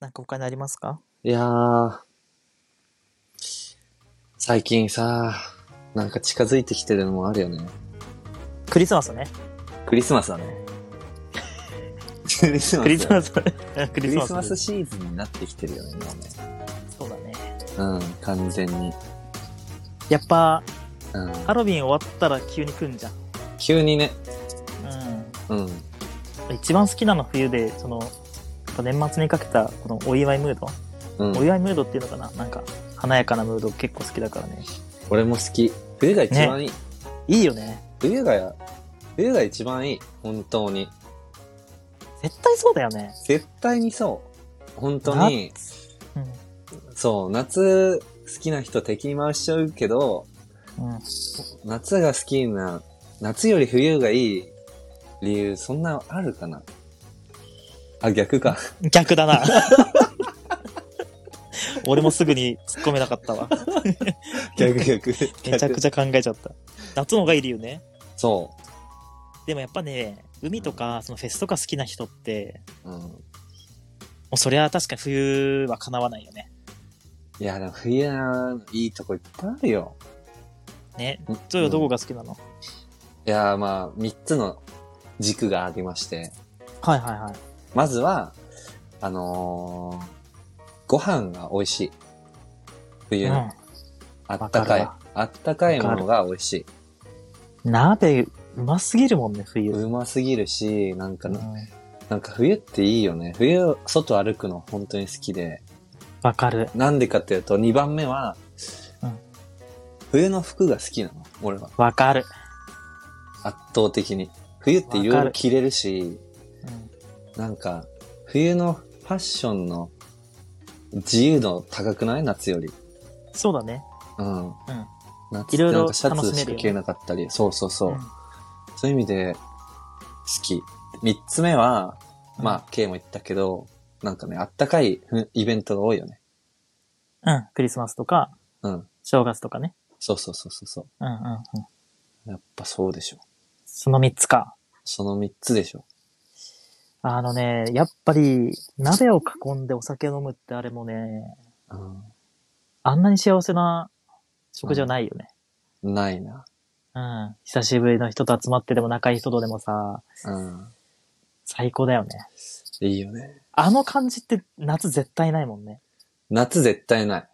なんか他にありますかいやー、最近さ、なんか近づいてきてるのもあるよね。クリスマスね。クリスマスだね。 クリスマスだクリねスマス。 ククリリススママスス。シーズンになってきてるよね、今ね。そうだね。うん、完全に。やっぱ、うん、ハロウィン終わったら急に来んじゃん。急にね、ううん、ん。一番好きなの冬で、その、やっぱ年末にかけたこのお祝いムード、うんお。祝いムードっていうのかななんか、華やかなムード結構好きだからね。俺も好き。冬が一番いい。いいよね。冬が、冬が一番いい。本当に。絶対そうだよね。絶対にそう。本当に、そう、夏好きな人敵に回しちゃうけど、うん。うん。夏が好きな、夏より冬がいい理由、そんなあるかなあ、逆か。逆だ な。俺もすぐに突っ込めなかったわ。逆逆。めちゃく逆ちゃ考えちゃ った。夏の方がいい理由ね。そでもやっぱね、海とか、そのフェスとか好きな人って、う。うん。もうそりゃ確かに冬は叶わないよね。いや、でも冬はいいとこいっぱいあるよ。ね。うんそうよ、どこが好きなの、いや、まあ、3つの軸がありまして。はいはいはい。まずは、あのーご飯が美味しい。冬の、あったわかかるいわ、あったかいものが美味しい。うん。鍋、うますぎるもんね、冬。うますぎるし、なんかうな、んなんか冬っていいよね。冬、外歩くの本当に好きで。わかる。なんでかっていうと、2番目は、うん冬の服が好きなの。俺は。わかる。圧倒的に。冬っていろわかいろる着れるし、うんなんか、冬のファッションの自由度高くない夏より。そうだね。うん。うん夏っいてろいろなんかシャ楽ツしめるしかよね着れなかったり。そうそうそう。うんそういう意味で、好き。三つ目は、まあ、K も言ったけど、なんかね、あったかいふんイベントが多いよね。うん。クリスマスとか、うん。正月とかね。そうそうそうそうそうんうんうん。う。やっぱそうでしょ。その3つか。その三つでしょ。あのね、やっぱり、鍋を囲んでお酒飲むってあれもね、うあんなに幸せな食事はないよね。ん。ないな。うん。久しぶりの人と集まってでも仲いい人とでもさ、うん。最高だよね。いいよね。あの感じって夏絶対ないもんね。夏絶対ない。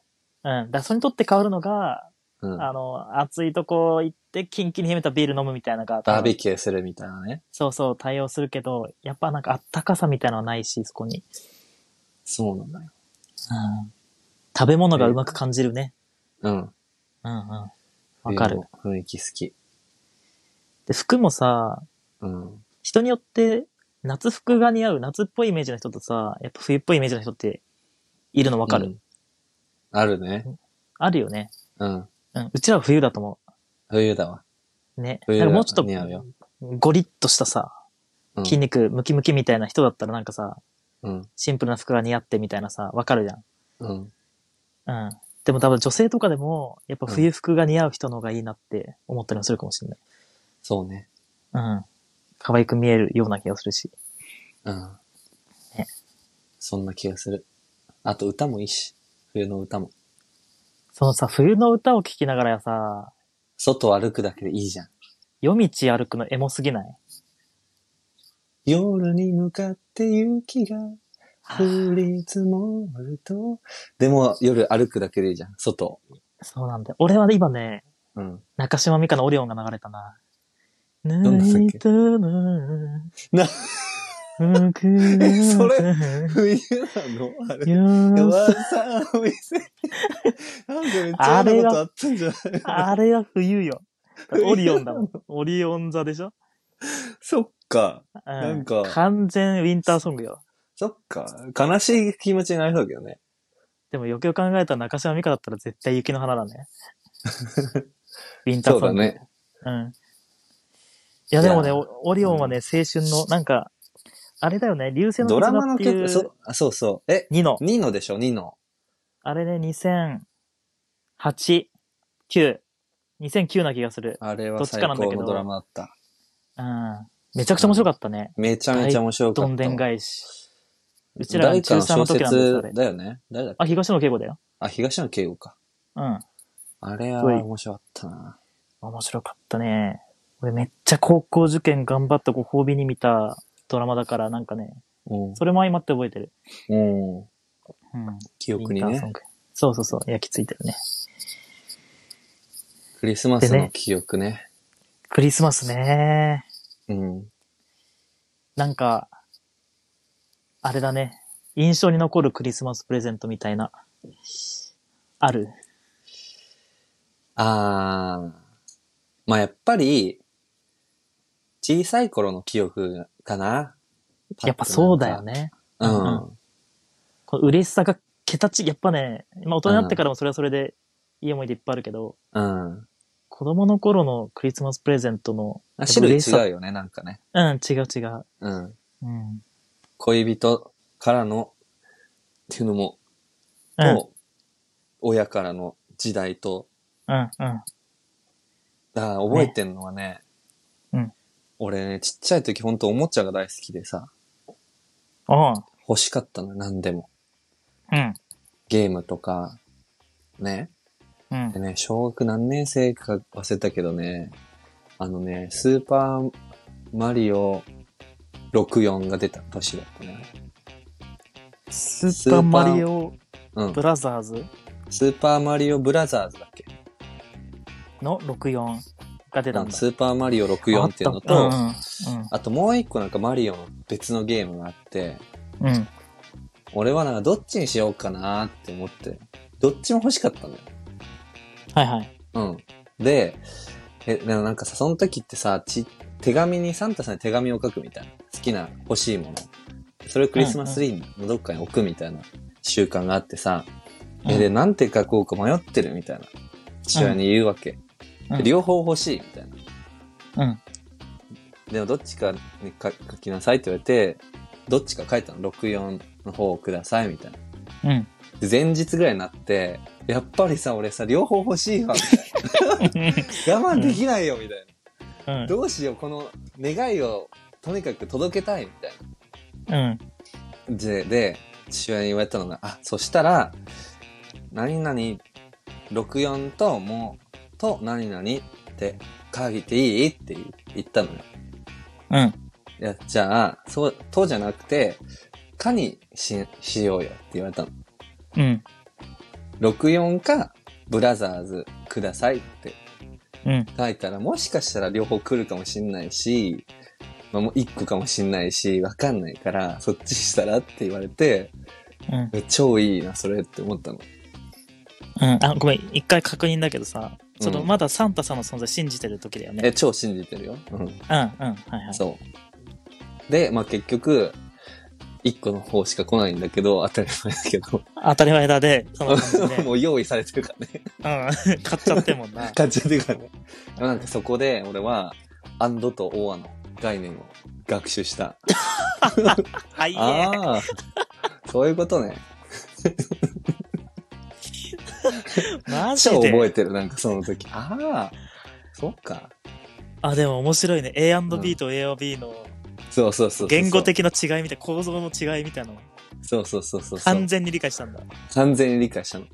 うん。だからそれにとって変わるのが、うん。あの、暑いとこ行って、キンキンに冷めたビール飲むみたいなのが、バーベキューするみたいなね。そうそう、対応するけど、やっぱなんかあったかさみたいなのはないし、そこに。そうなんだよ。うん。食べ物がうまく感じるね。うん。うんうん。わかる。。雰囲気好き。で、服もさ、うん。人によって夏服が似合う夏っぽいイメージの人とさ、やっぱ冬っぽいイメージの人っているのわかる、うんあるね。あるよね。うん。うん。うちらは冬だと思冬だわ。う。ね。冬なんかもうちょ似合うっよと、ゴリッとしたさ、うん筋肉ムキムキみたいな人だったらなんかさ、うん。シンプルな服が似合ってみたいなさ、わかるじうん。ゃん。うん。でも多分女性とかでも、やっぱ冬服が似合う人の方がいいなって思ったりもするかもしれない。そうね。うん。可愛く見えるような気がするし。うんね。そんな気がする。あと歌もいいし、冬の歌も。そのさ、冬の歌を聴きながらさ、外を歩くだけでいいじゃん。夜道歩くのエモすぎない夜に向かって雪が降り積もると。でも夜歩くだけでいいじゃん、外を。そうなんだよ。俺はね今ね、うん。中島美嘉のオリオンが流れたな。どんだっけな、 それ冬なのあれ。山田さん、お店。なんかめっちゃ嫌なことあったんじゃないあれは冬よ。オリオンだもん。オリオン座でしょ、そっか。うん、なんか完全ウィンターソングよ。そっか。悲しい気持ちになりそうだけどね。でもよくよく考えたら中島美嘉だったら絶対雪の花だ ね。ウィンターソング。そうだね。うん。いやでもいね、やオオリオンはね、青春の、なんか、あれだよね、流星のドラ絆マっのていう曲、そ、あそうそう。え、ニノ。ニノでしょ、ニノ。あれね、2008、9、2009な気がする。あれどはっち最かなんだけど高のドラマだった。うん。めちゃくちゃ面白かったね。めちゃめちゃ面白かどった。んでん返し。うちらが中3の時なんですあれだよね。誰だっけあ、東野敬吾だよ。あ、東野敬吾か。うん。あれははい面白かったな。面白かったね。俺めっちゃ高校受験頑張ったご褒美に見たドラマだから、なんかね、うん。それも相まって覚えてる。うん。うん。記憶にインターソンね。グそうそうそう、焼き付いてるね。クリスマスでのね記憶ね。クリスマスね。うん。なんか、あれだね。印象に残るクリスマスプレゼントみたいな。ある。あー。まあやっぱり、小さい頃の記憶かな。やっぱそうだよね。パッとうなんんか。この嬉しさが桁違い。やっぱね、まあ大人になってからもそれはそれでいい思い出いっぱいあるけど、うん。うん。子供の頃のクリスマスプレゼントの、あ種類嬉しさ違うよね、なんかね。うん、違う違う。うん。うん。恋人からの、っていうのも、うん、うん、と、親からの時代と、うん。あー覚えてんのはね、うん俺ね、ちっちゃい時ほんとおもちゃが大好きでさ、おう欲しかったの、何でも。うん、ゲームとか、ね。うんで。ね、小学何年生か忘れたけどね、あのね、スーパーマリオ64が出た年だったね。スーパーマリオうんブ。ラザーズスーパーマリオブラザーズだっけの64が出たんだ。スーパーマリオ64っていうのあと、ったあともう一個なんかマリオの別のゲームがあって、うん、うん、うん。俺はなんかどっちにしようかなって思って、どっちも欲しかったのよ。はいはい。うん。で、え、でもなんかさ、その時ってさ、ち、手紙に、サンタさんに手紙を書くみたいな。好きな、欲しいもの。それをクリスマスツリーのどっかに置くみたいな習慣があってさ、え、で、なんて書こうか迷ってるみたいな。父親に言うわけ。うんで両方欲しいみたいうな。ん。でもどっちかに書書きなさいって言われて、どっちか書いたの。64の方をくださいみたいな。うん。で前日ぐらいになって、やっぱりさ、俺さ、両方欲しいわ、みたいな。我慢できないよみたいな、うん。どうしようこの願いをとにかく届けたいみたいうん。なでで父親に言われたのがあそしたら何々64ともうと何々って書いていいって言ったのようん。いやじゃあそうとじゃなくてかにししようよって言われたのうん。 64かブラザーズくださいってうん。書いたら、もしかしたら両方来るかもしんないし、まあ、もう一個かもしんないし、わかんないから、そっちしたらって言われて、うん。超いいな、それって思ったの。うん。あ、ごめん。一回確認だけどさ、その、うんまだサンタさんの存在信じてる時だよね。え、超信じてるよ。うん。うん。うん。はいはい。そう。で、まあ、結局、一個の方しか来ないんだけど、当たり前だけど、当たり前だで、その感じで。うん。 もう用意されてるからね。 買っちゃってんもん な。感じてるからね。なんかそこで、俺は、アンドとオアの概念を学習した。はいえ。ああ、そういうことね。マジ超覚えで。てる、なんかそ の時。ああ、そっか。あ、でも面白いね。A&B と AOB のそうそうそうそう。言語。的な違いみたい、構造の違いみたいなのをそうそうそうそうそう完。全に理解したんだ。完全に理解したの。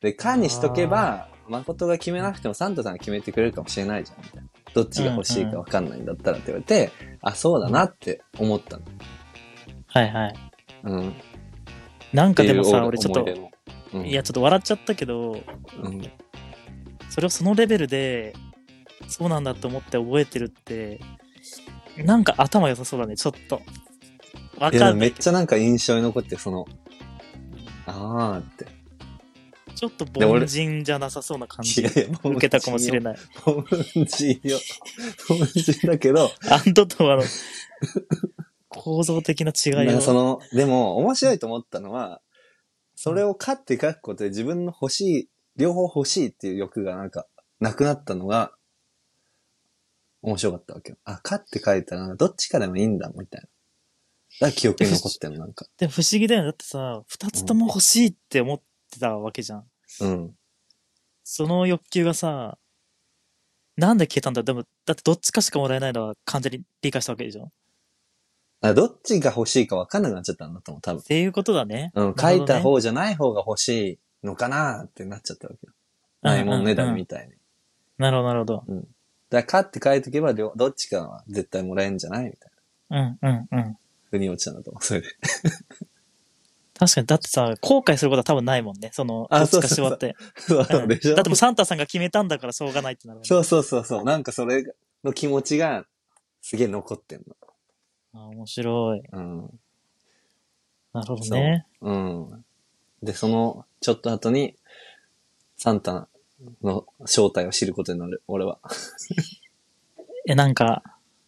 で、かにしとけば、誠が決めなくてもサンタさんが決めてくれるかもしれないじゃん、みたいな。どっちが欲しいかわかんないんだったらって言われて、あ、そうだなって思ったの。はいはい。うん。なんかでもっていさ、う俺ちょっ思とい出、のうん、いや、ちょっと笑っちゃったけど、うん。それをそのレベルで、そうなんだって思って覚えてるって、なんか頭良さそうだね、ちょっと。わいかや、でんもなめいっけちゃなんか印象に残って、その、ああって。ど、ちょっと凡人じゃなさそうな感じいやいや、受けたかもしれい。ない。凡人よ。凡人だけど、アンド とはの構造的な違いなんを。かその、でも、面白いと思ったのは、それを勝って書くことで自分の欲しい、両方欲しいっていう欲がなんか、なくなったのが、面白かったわけよ。あ、勝って書いたら、どっちかでもいいんだ、みたいな。だから記憶に残ってるの、なん か。でも不思議だよね。だってさ、二つとも欲しいって思ってたわけじゃん。うん。その欲求がさ、なんで消えたんだでも、だってどっちかしかもらえないのは完全に理解したわけでしょからどっちが欲しいか分かんなくなっちゃったんだと思う、多分っ。ていうことだね。うん、書いた方じゃない方が欲しいのかなってなっちゃったわけよ。ないもんねだみみたいに。なるほど、なるほど。だから、かって書いとけば両、どっちかは絶対もらえんじゃないみたいな。うん、うん、うん。ふに落ちたんだと思う、それで。確かに、だってさ、後悔することは多分ないもんね。その、どあっちかそうそう絞そうって。 そううんでしょだってもうサンタさんが決めたんだからしょうがないってなるもんねそうそうそうそう。なんかそれの気持ちがすげえ残ってんあ面白い。の。なるほどね。うん。うん。で、そのちょっと後に、サンタの正体を知ることになる、俺は。え、なんか、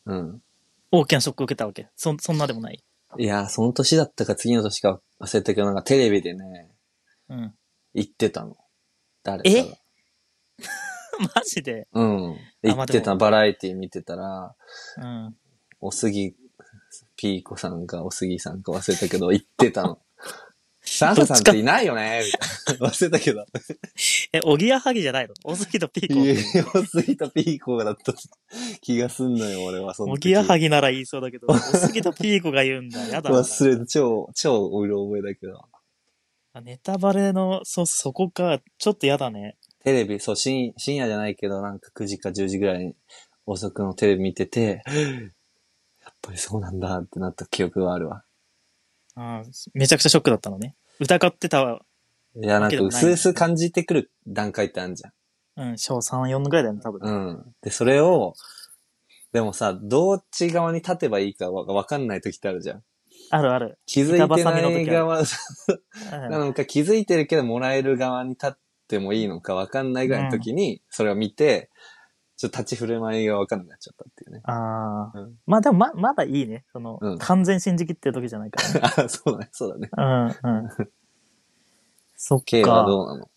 うん。大きなショック受けたわけ。そ、そんなでもない。いやー、その年だったか次の年か忘れたけど、なんかテレビでね、 うん。言ってたの。誰えかがマジで。うん。あ言まあってでた、バラエティ見てたら、うん。おすぎ、ピーコさんかおすぎさんか忘れたけど、言ってた の。サンタさんっていないよねみたいな。忘れたけど。え、おぎやはぎじゃないのおすぎとピーコ。おすぎとピーコだった気がすんのよ、俺は。そのお時ぎやはぎなら言いそうだけど、おすぎとピーコが言うんだ。やだな。忘れて、超、超お色覚えだけど。あネタバレの、そ、そこか。ちょっとやだね。テレビ、そう、深深夜じゃないけど、なんか9時か10時ぐらいに遅くのテレビ見てて、やっぱりそうなんだってなった記憶があるわ。うん。めちゃくちゃショックだったのね。疑ってたわ。いや、なんけか、どうないすうす感じてくる段階ってあるじゃん。うん。小3、4ぐらいだよね、多分。うん。で、それを、でもさ、どっち側に立てばいいかわわかんない時ってあるじゃん。あるある。気づいて板挟みのな時あいる側うん。なのか気づいてるけどもらえる側に立ってもいいのかわかんないぐらいの時に、それを見て、ちょっと立ち振る舞いがわかんなくなっちゃったっていうねああ、うんまあでもま、まだいいね。その、うん完全信じきってる時じゃないから、ね。あ、そうだね、そうだね。うん、うん。そっ K はか。どうなのい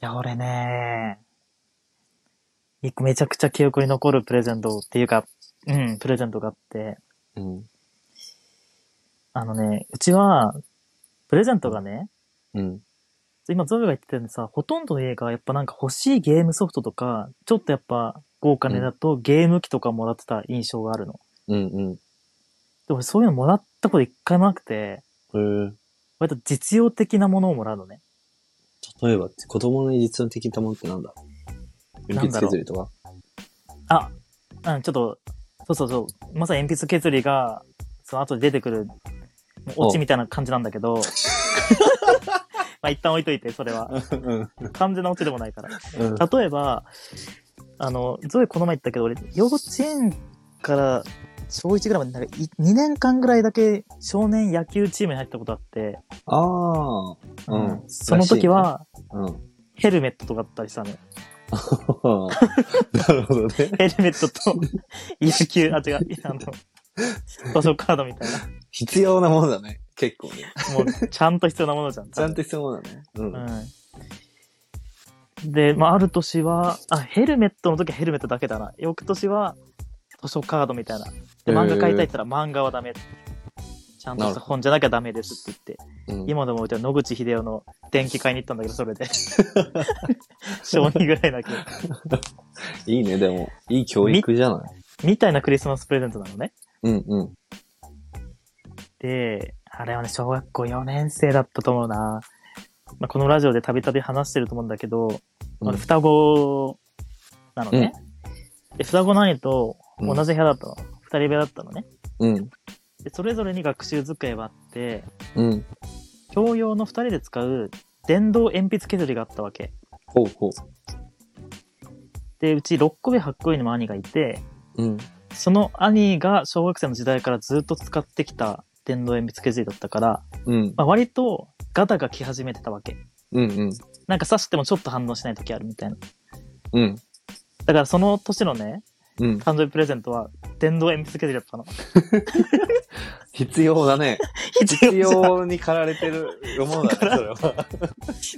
や、俺ね、一個めちゃくちゃ記憶に残るプレゼントっていうか、うん、プレゼントがあって、うん。あのね、うちは、プレゼントがね、うん。今ゾウが言ってたようにさ、ほとんどの家がやっぱなんか欲しいゲームソフトとか、ちょっとやっぱ豪華ねだとゲーム機とかもらってた印象があるの。うんうん。で、俺そういうのもらったこと一回もなくて、えー、割と実用的なものをもらうのね。例えばって、子供の実用的なものってなんだな鉛んだ筆ろう削りとか あ、うん、ちょっと、そうそうそう。まさに鉛筆削りが、その後で出てくる、オチみたいな感じなんだけど、まあ一旦置いといて、それは。うん。完全なオチでもないから。うん。例えば、あの、ゾエこの前言ったけど、俺、幼稚園から小1ぐらいまで、なんか2年間ぐらいだけ少年野球チームに入ったことあって、ああ。うんその時は、うん。ヘルメットとかあったりしたね。なるほどね。ヘルメット と野球、あ、違う、あの、図書カードみたいな。必要なものだね。結構ね。もう、ちゃんと必要なものじゃん。ちゃんと必要なものだね。う。うんん。で、まあ、ある年は、あ、ヘルメットの時はヘルメットだけだな。翌年は、図書カードみたいな。で、漫画買いたいって言ったら、漫画はダメ。ちゃんとした本じゃなきゃダメですって言って。うん今でも覚えてる野口英世の電気買いに行ったんだけど、それで。 小2ぐらいだけど。いいね、でも。いい教育じゃないみたいなクリスマスプレゼントなのね。うんうん。で、あれはね、小学校4年生だったと思うな。まあ、このラジオでたびたび話してると思うんだけど、まあうん双子なのね。で、双子の兄と同じ部屋だったの。二、人部屋だったのね。うん。で、それぞれに学習机があって、うん。教養の二人で使う電動鉛筆削りがあったわけ。ほうほで、うち6個上8個上にも兄がいて、う。うん。その兄が小学生の時代からずっと使ってきた電動鉛筆削りだったから、うん。まあ、割とガタが来始めてたわけ。うんうん。なんか刺してもちょっと反応しない時あるみたいな。うん。だからその年のね、うん。誕生日プレゼントは電動鉛筆削りだったの。必要だね。必 必要に駆られてるものだね、それは。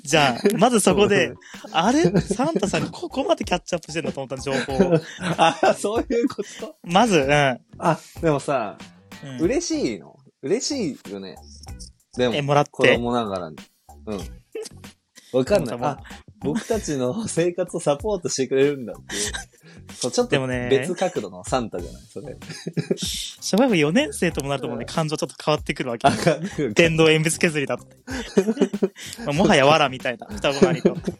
じゃあ、まずそこで、あれサンタさんここまでキャッチアップしてんだと思ったの、情報 を。あ、そういうことまず、うん。あ、でもさ、うん嬉しいの嬉しいよね。でえ、も、もらっ子て。供ながらに。うん。わかんない。子供あ、僕たちの生活をサポートしてくれるんだっていう。そう、ちょっでともね別角度のサンタじゃないそれ。小学校4年生ともなるともうね、感情ちょっと変わってくるわけあ。かんない電動鉛筆削りだ って。まあもはや藁みたいな、双子なりと。くっ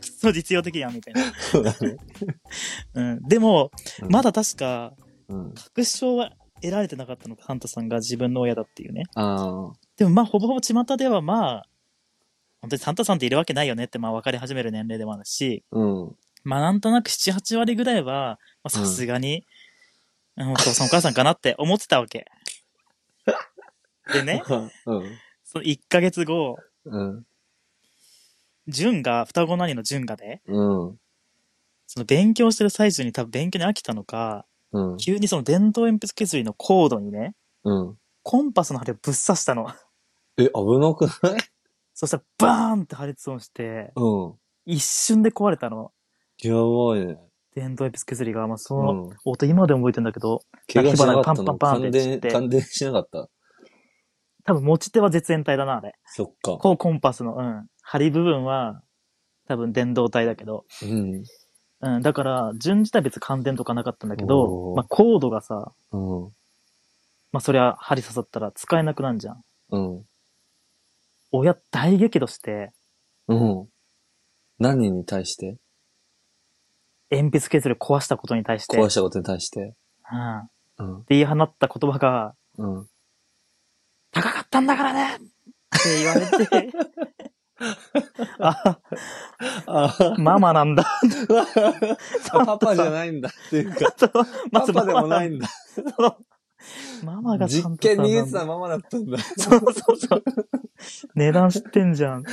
そ実用的やんみたいな。そうだね。うん。でも、うんまだ確か、うん。確証は得られてなかったのか、サンタさんが自分の親だっていうね。あでもまあ、ほぼほぼ巷ではまあ、本当にサンタさんっているわけないよねってまあ分かり始める年齢でもあるし、ーうん。まあなんとなく7、8割ぐらいは、まあさすがに、うん、お父さんお母さんかなって思ってたわけ。でね、うん。その1ヶ月後、うん。ジュンが、双子なりのジュンがね、うん。その勉強してる最中に多分勉強に飽きたのか、うん。急にその電動鉛筆削りのコードにね、うん。コンパスの針をぶっ刺したの。え、危なくないそしたらバーンって破裂音して、うん。一瞬で壊れたの。やばいね。電動鉛筆削りが、まあ、そうのん。音今でも覚えてんだけど、怪我しなかった火花がパのンパンパン感って散っ電、て感電しなかった。多分持ち手は絶縁体だな、あれ。そっか。こうコンパスの、うん。針部分は、多分電動体だけど。うん。うん、だから、順自体別に感電とかなかったんだけどお、ーまあ、コードがさ、うん。まあ、そりゃ針刺さったら使えなくなるじゃん。うん。親大激怒して、うん。何に対して鉛筆削りを壊したことに対して、壊したことに対して。うん。ってうん。言い放った言葉が、うん。高かったんだからねって言われ て、あ、あママなん だ。 パパじゃないんだっていう か、とパパでもないだ。んだ。ママが実サンタさ験んなん逃だげてたままだったんだ。そうそうそう。値段知ってんじゃん。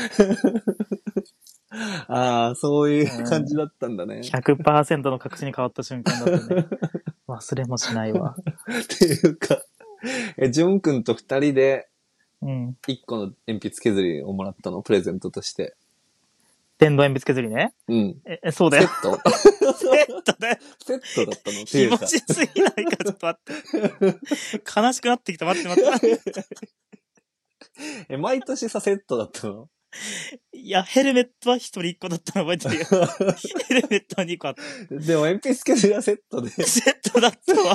ああ、そういう感じだったんだね。 100%の確信に変わった瞬間だった ね。忘れもしないわ。っていうか、え、ジョン君と二人でうん。一個の鉛筆削りをもらったの、プレゼントとして。電動鉛筆削りね。うん。え、えそうだ セよ。ットセ ットだよ。セットだったのって気いう持か。ちすぎないか、ちょっと待って。悲しくなってきた。待って待って。え、毎年さ、セットだったの いや、ヘルメットは一人一個だったの覚えてるよ。 ヘルメットは二個あった。でも鉛筆削りはセットで、セットだったわ。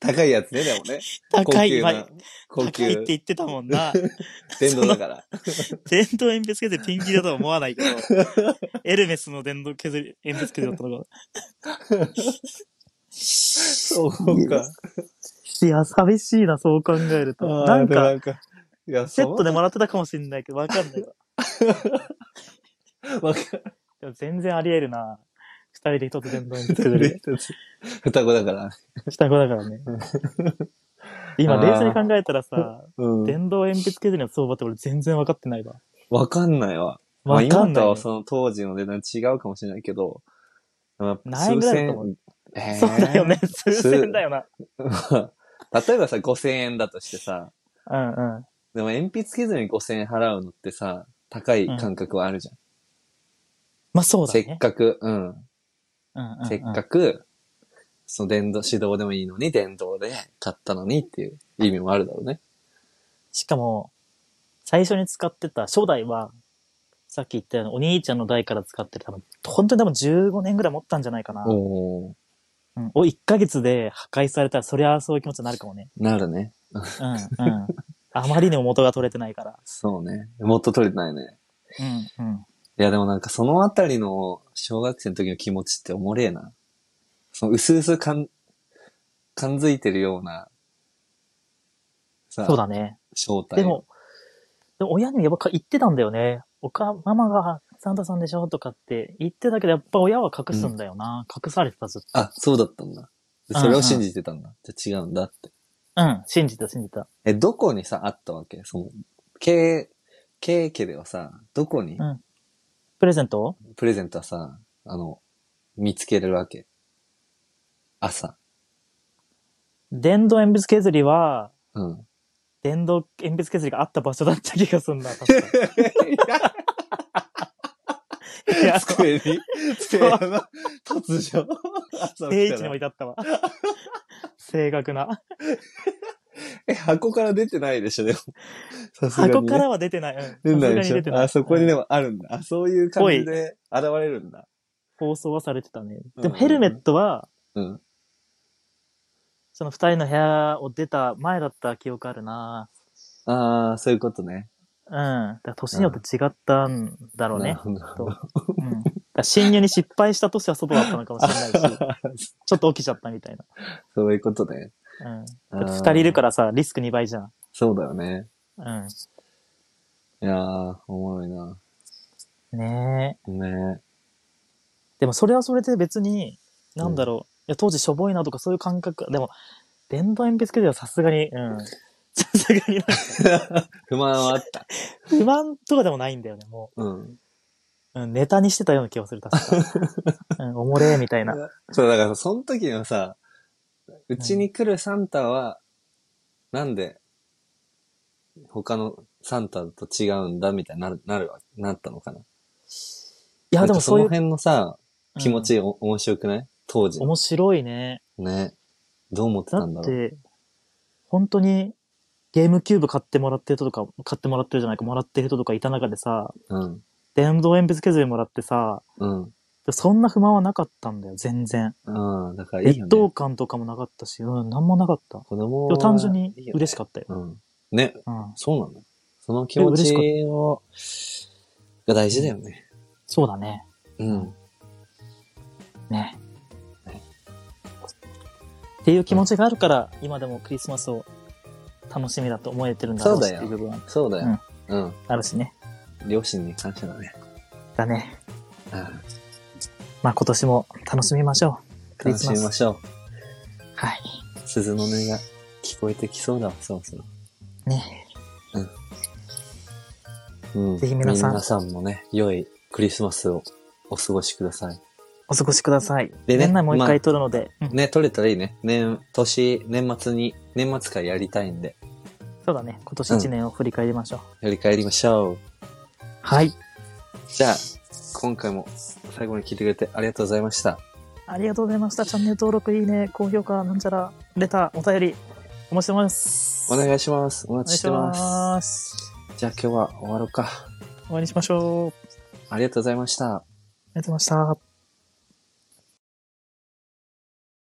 高いやつね、でもね。高い、まあ高高級いな、って高級、言ってたもんな。電動だから。電動鉛筆削りピンキリだとは思わないけど、エルメスの電動削り、鉛筆削りだったのか。そうか。いや、寂しいな、そう考えると。あなーんでもなか、んか、いや、セットでも、もらってたかもしれないけど、わかんないわ。 わかでも全然あり得るな。二人で一つ電動鉛筆削りる。。 双子だから。双子だからね。今、冷静に考えたらさ、うん。電動鉛筆削りの相場って俺全然分かってないわ。わかんないわ。まあ分かんな今いとよ。はその当時の値段違うかもしれないけど、やっぱ何円ぐらいだと思数千えー そうだよね。数千だよな。例えばさ、5000円だとしてさ、うんうん。でも鉛筆削りに5000円払うのってさ、高い感覚はあるじゃん。まあそうだせね。っかく、うん。うんうんうんせっかく、その電動、手動でもいいのに、電動で買ったのにっていう意味もあるだろうね。しかも、最初に使ってた、初代は、さっき言ったようにお兄ちゃんの代から使ってる、多分、本当に多分15年ぐらい持ったんじゃないかな。おおうん、を1ヶ月で破壊されたら、そりゃそういう気持ちになるかもね。なるね。うん、うん。あまりにも元が取れてないから。そうね。もっと取れてないね。うん、うん。いや、でもなんかそのあたりの小学生の時の気持ちっておもれえな。その、うすうす感、感づいてるような、さそうだね。正体。でも、でも親にもやっぱ言ってたんだよね。おか、ママがサンタさんでしょとかって言ってたけど、やっぱ親は隠すんだよな。隠されてたずっと。あ、そうだったんだ。でそれを信じてたんだ。じゃあ違うんだって。うん、信じてた、信じてた。え、どこにさ、あったわけその、経営、経営家ではさ、どこにうんプレゼントをプレゼントはさ、あの、見つけれるわけ。朝。電動鉛筆削りは、 うん。電動鉛筆削りがあった場所だった気がすんな、確 かに。いや、定 机に机の突如。 朝起位き置に た置いらてあったわ。正確な。え、箱から出てないでしょ、 でも。さすがにね箱からは出てない。う出ん、てないさでがに出すしょてないあ、そこにでもあるんだ。あ、そういう感じで現れるんだ。放送はされてたね。うんでもヘルメットは、うん。その二人の部屋を出た前だった記憶あるなああ、そういうことね。うん。だから年によって違ったんだろうなねる。ほど。うん。だから侵入に失敗した年は外だったのかもしれないし、ちょっと起きちゃったみたいな。そういうことね。うん。だっあーて二人いるからさ、リスク2倍じゃん。そうだよね。ういやー、おもろいな。ん。ねえ。ね でもそれはそれで別に、なんだろう。いや、当時しょぼいなとかそういう感覚、でも、電動鉛筆ではさすがに、 うん。さすがになんか、不満はあった。不満とかでもないんだよね、もうん。う。うん、ネタにしてたような気がする、確 か。うん、おもれえみたいな。そう、だからその時のさ、うちに来るサンタは、なんで、他のサンタと違うんだみたいになる、なるわ、なったのかな。いいや、でもそそうのいう辺のさ、気持いい、ち、お面白くない当時うんの。面白いね。ね。どう思ってだたんだっろう。て、本当にゲームキューブ買ってもらってる人とか、買ってもらってるじゃないか、もらってる人とかいた中でさ、うん。電動鉛筆削りもらってさ、うん。そんな不満はなかったんだよ、全然。うん。だからいいよ劣ね。等感とかもなかったし、うん、なんもなかった。で子供もは単純にいいよね嬉しかったよ。うん。ね、うん。そうなんだ。その気持ちを、が大事だよね。そうだね。うん。ねね。っていう気持ちがあるから、今でもクリスマスを楽しみだと思えてるんだろうしそうっだよていう部分はそうだよ。うん。あるしね。両親に感謝だね。だね。うん。まあ今年も楽しみましょクリ楽スしマスみましょう。はい。う。鈴の音が聞こえてきそうだわ、そろそろ。ね。うん。ぜひ皆さん皆さんもね、良いクリスマスをお過ごしください。お過ごしください。でね年内もう一まあ回撮るので、うんね、取れたらいいね。年、年、年末に、年末会やりたいんで、そうだね。今年一年を振り返りましょう。振り返りましょう。はい。じゃあ、今回も最後に聞いてくれてありがとうございました。ありがとうございました。チャンネル登録、いいね、高評価、なんちゃら、レター、お便り、お待ちしてます。おお願いします。お待願いちししててま。ますす。じゃあ今日は終わろうか。終わりにしましょう。ありがとうございました。ありがとうございました。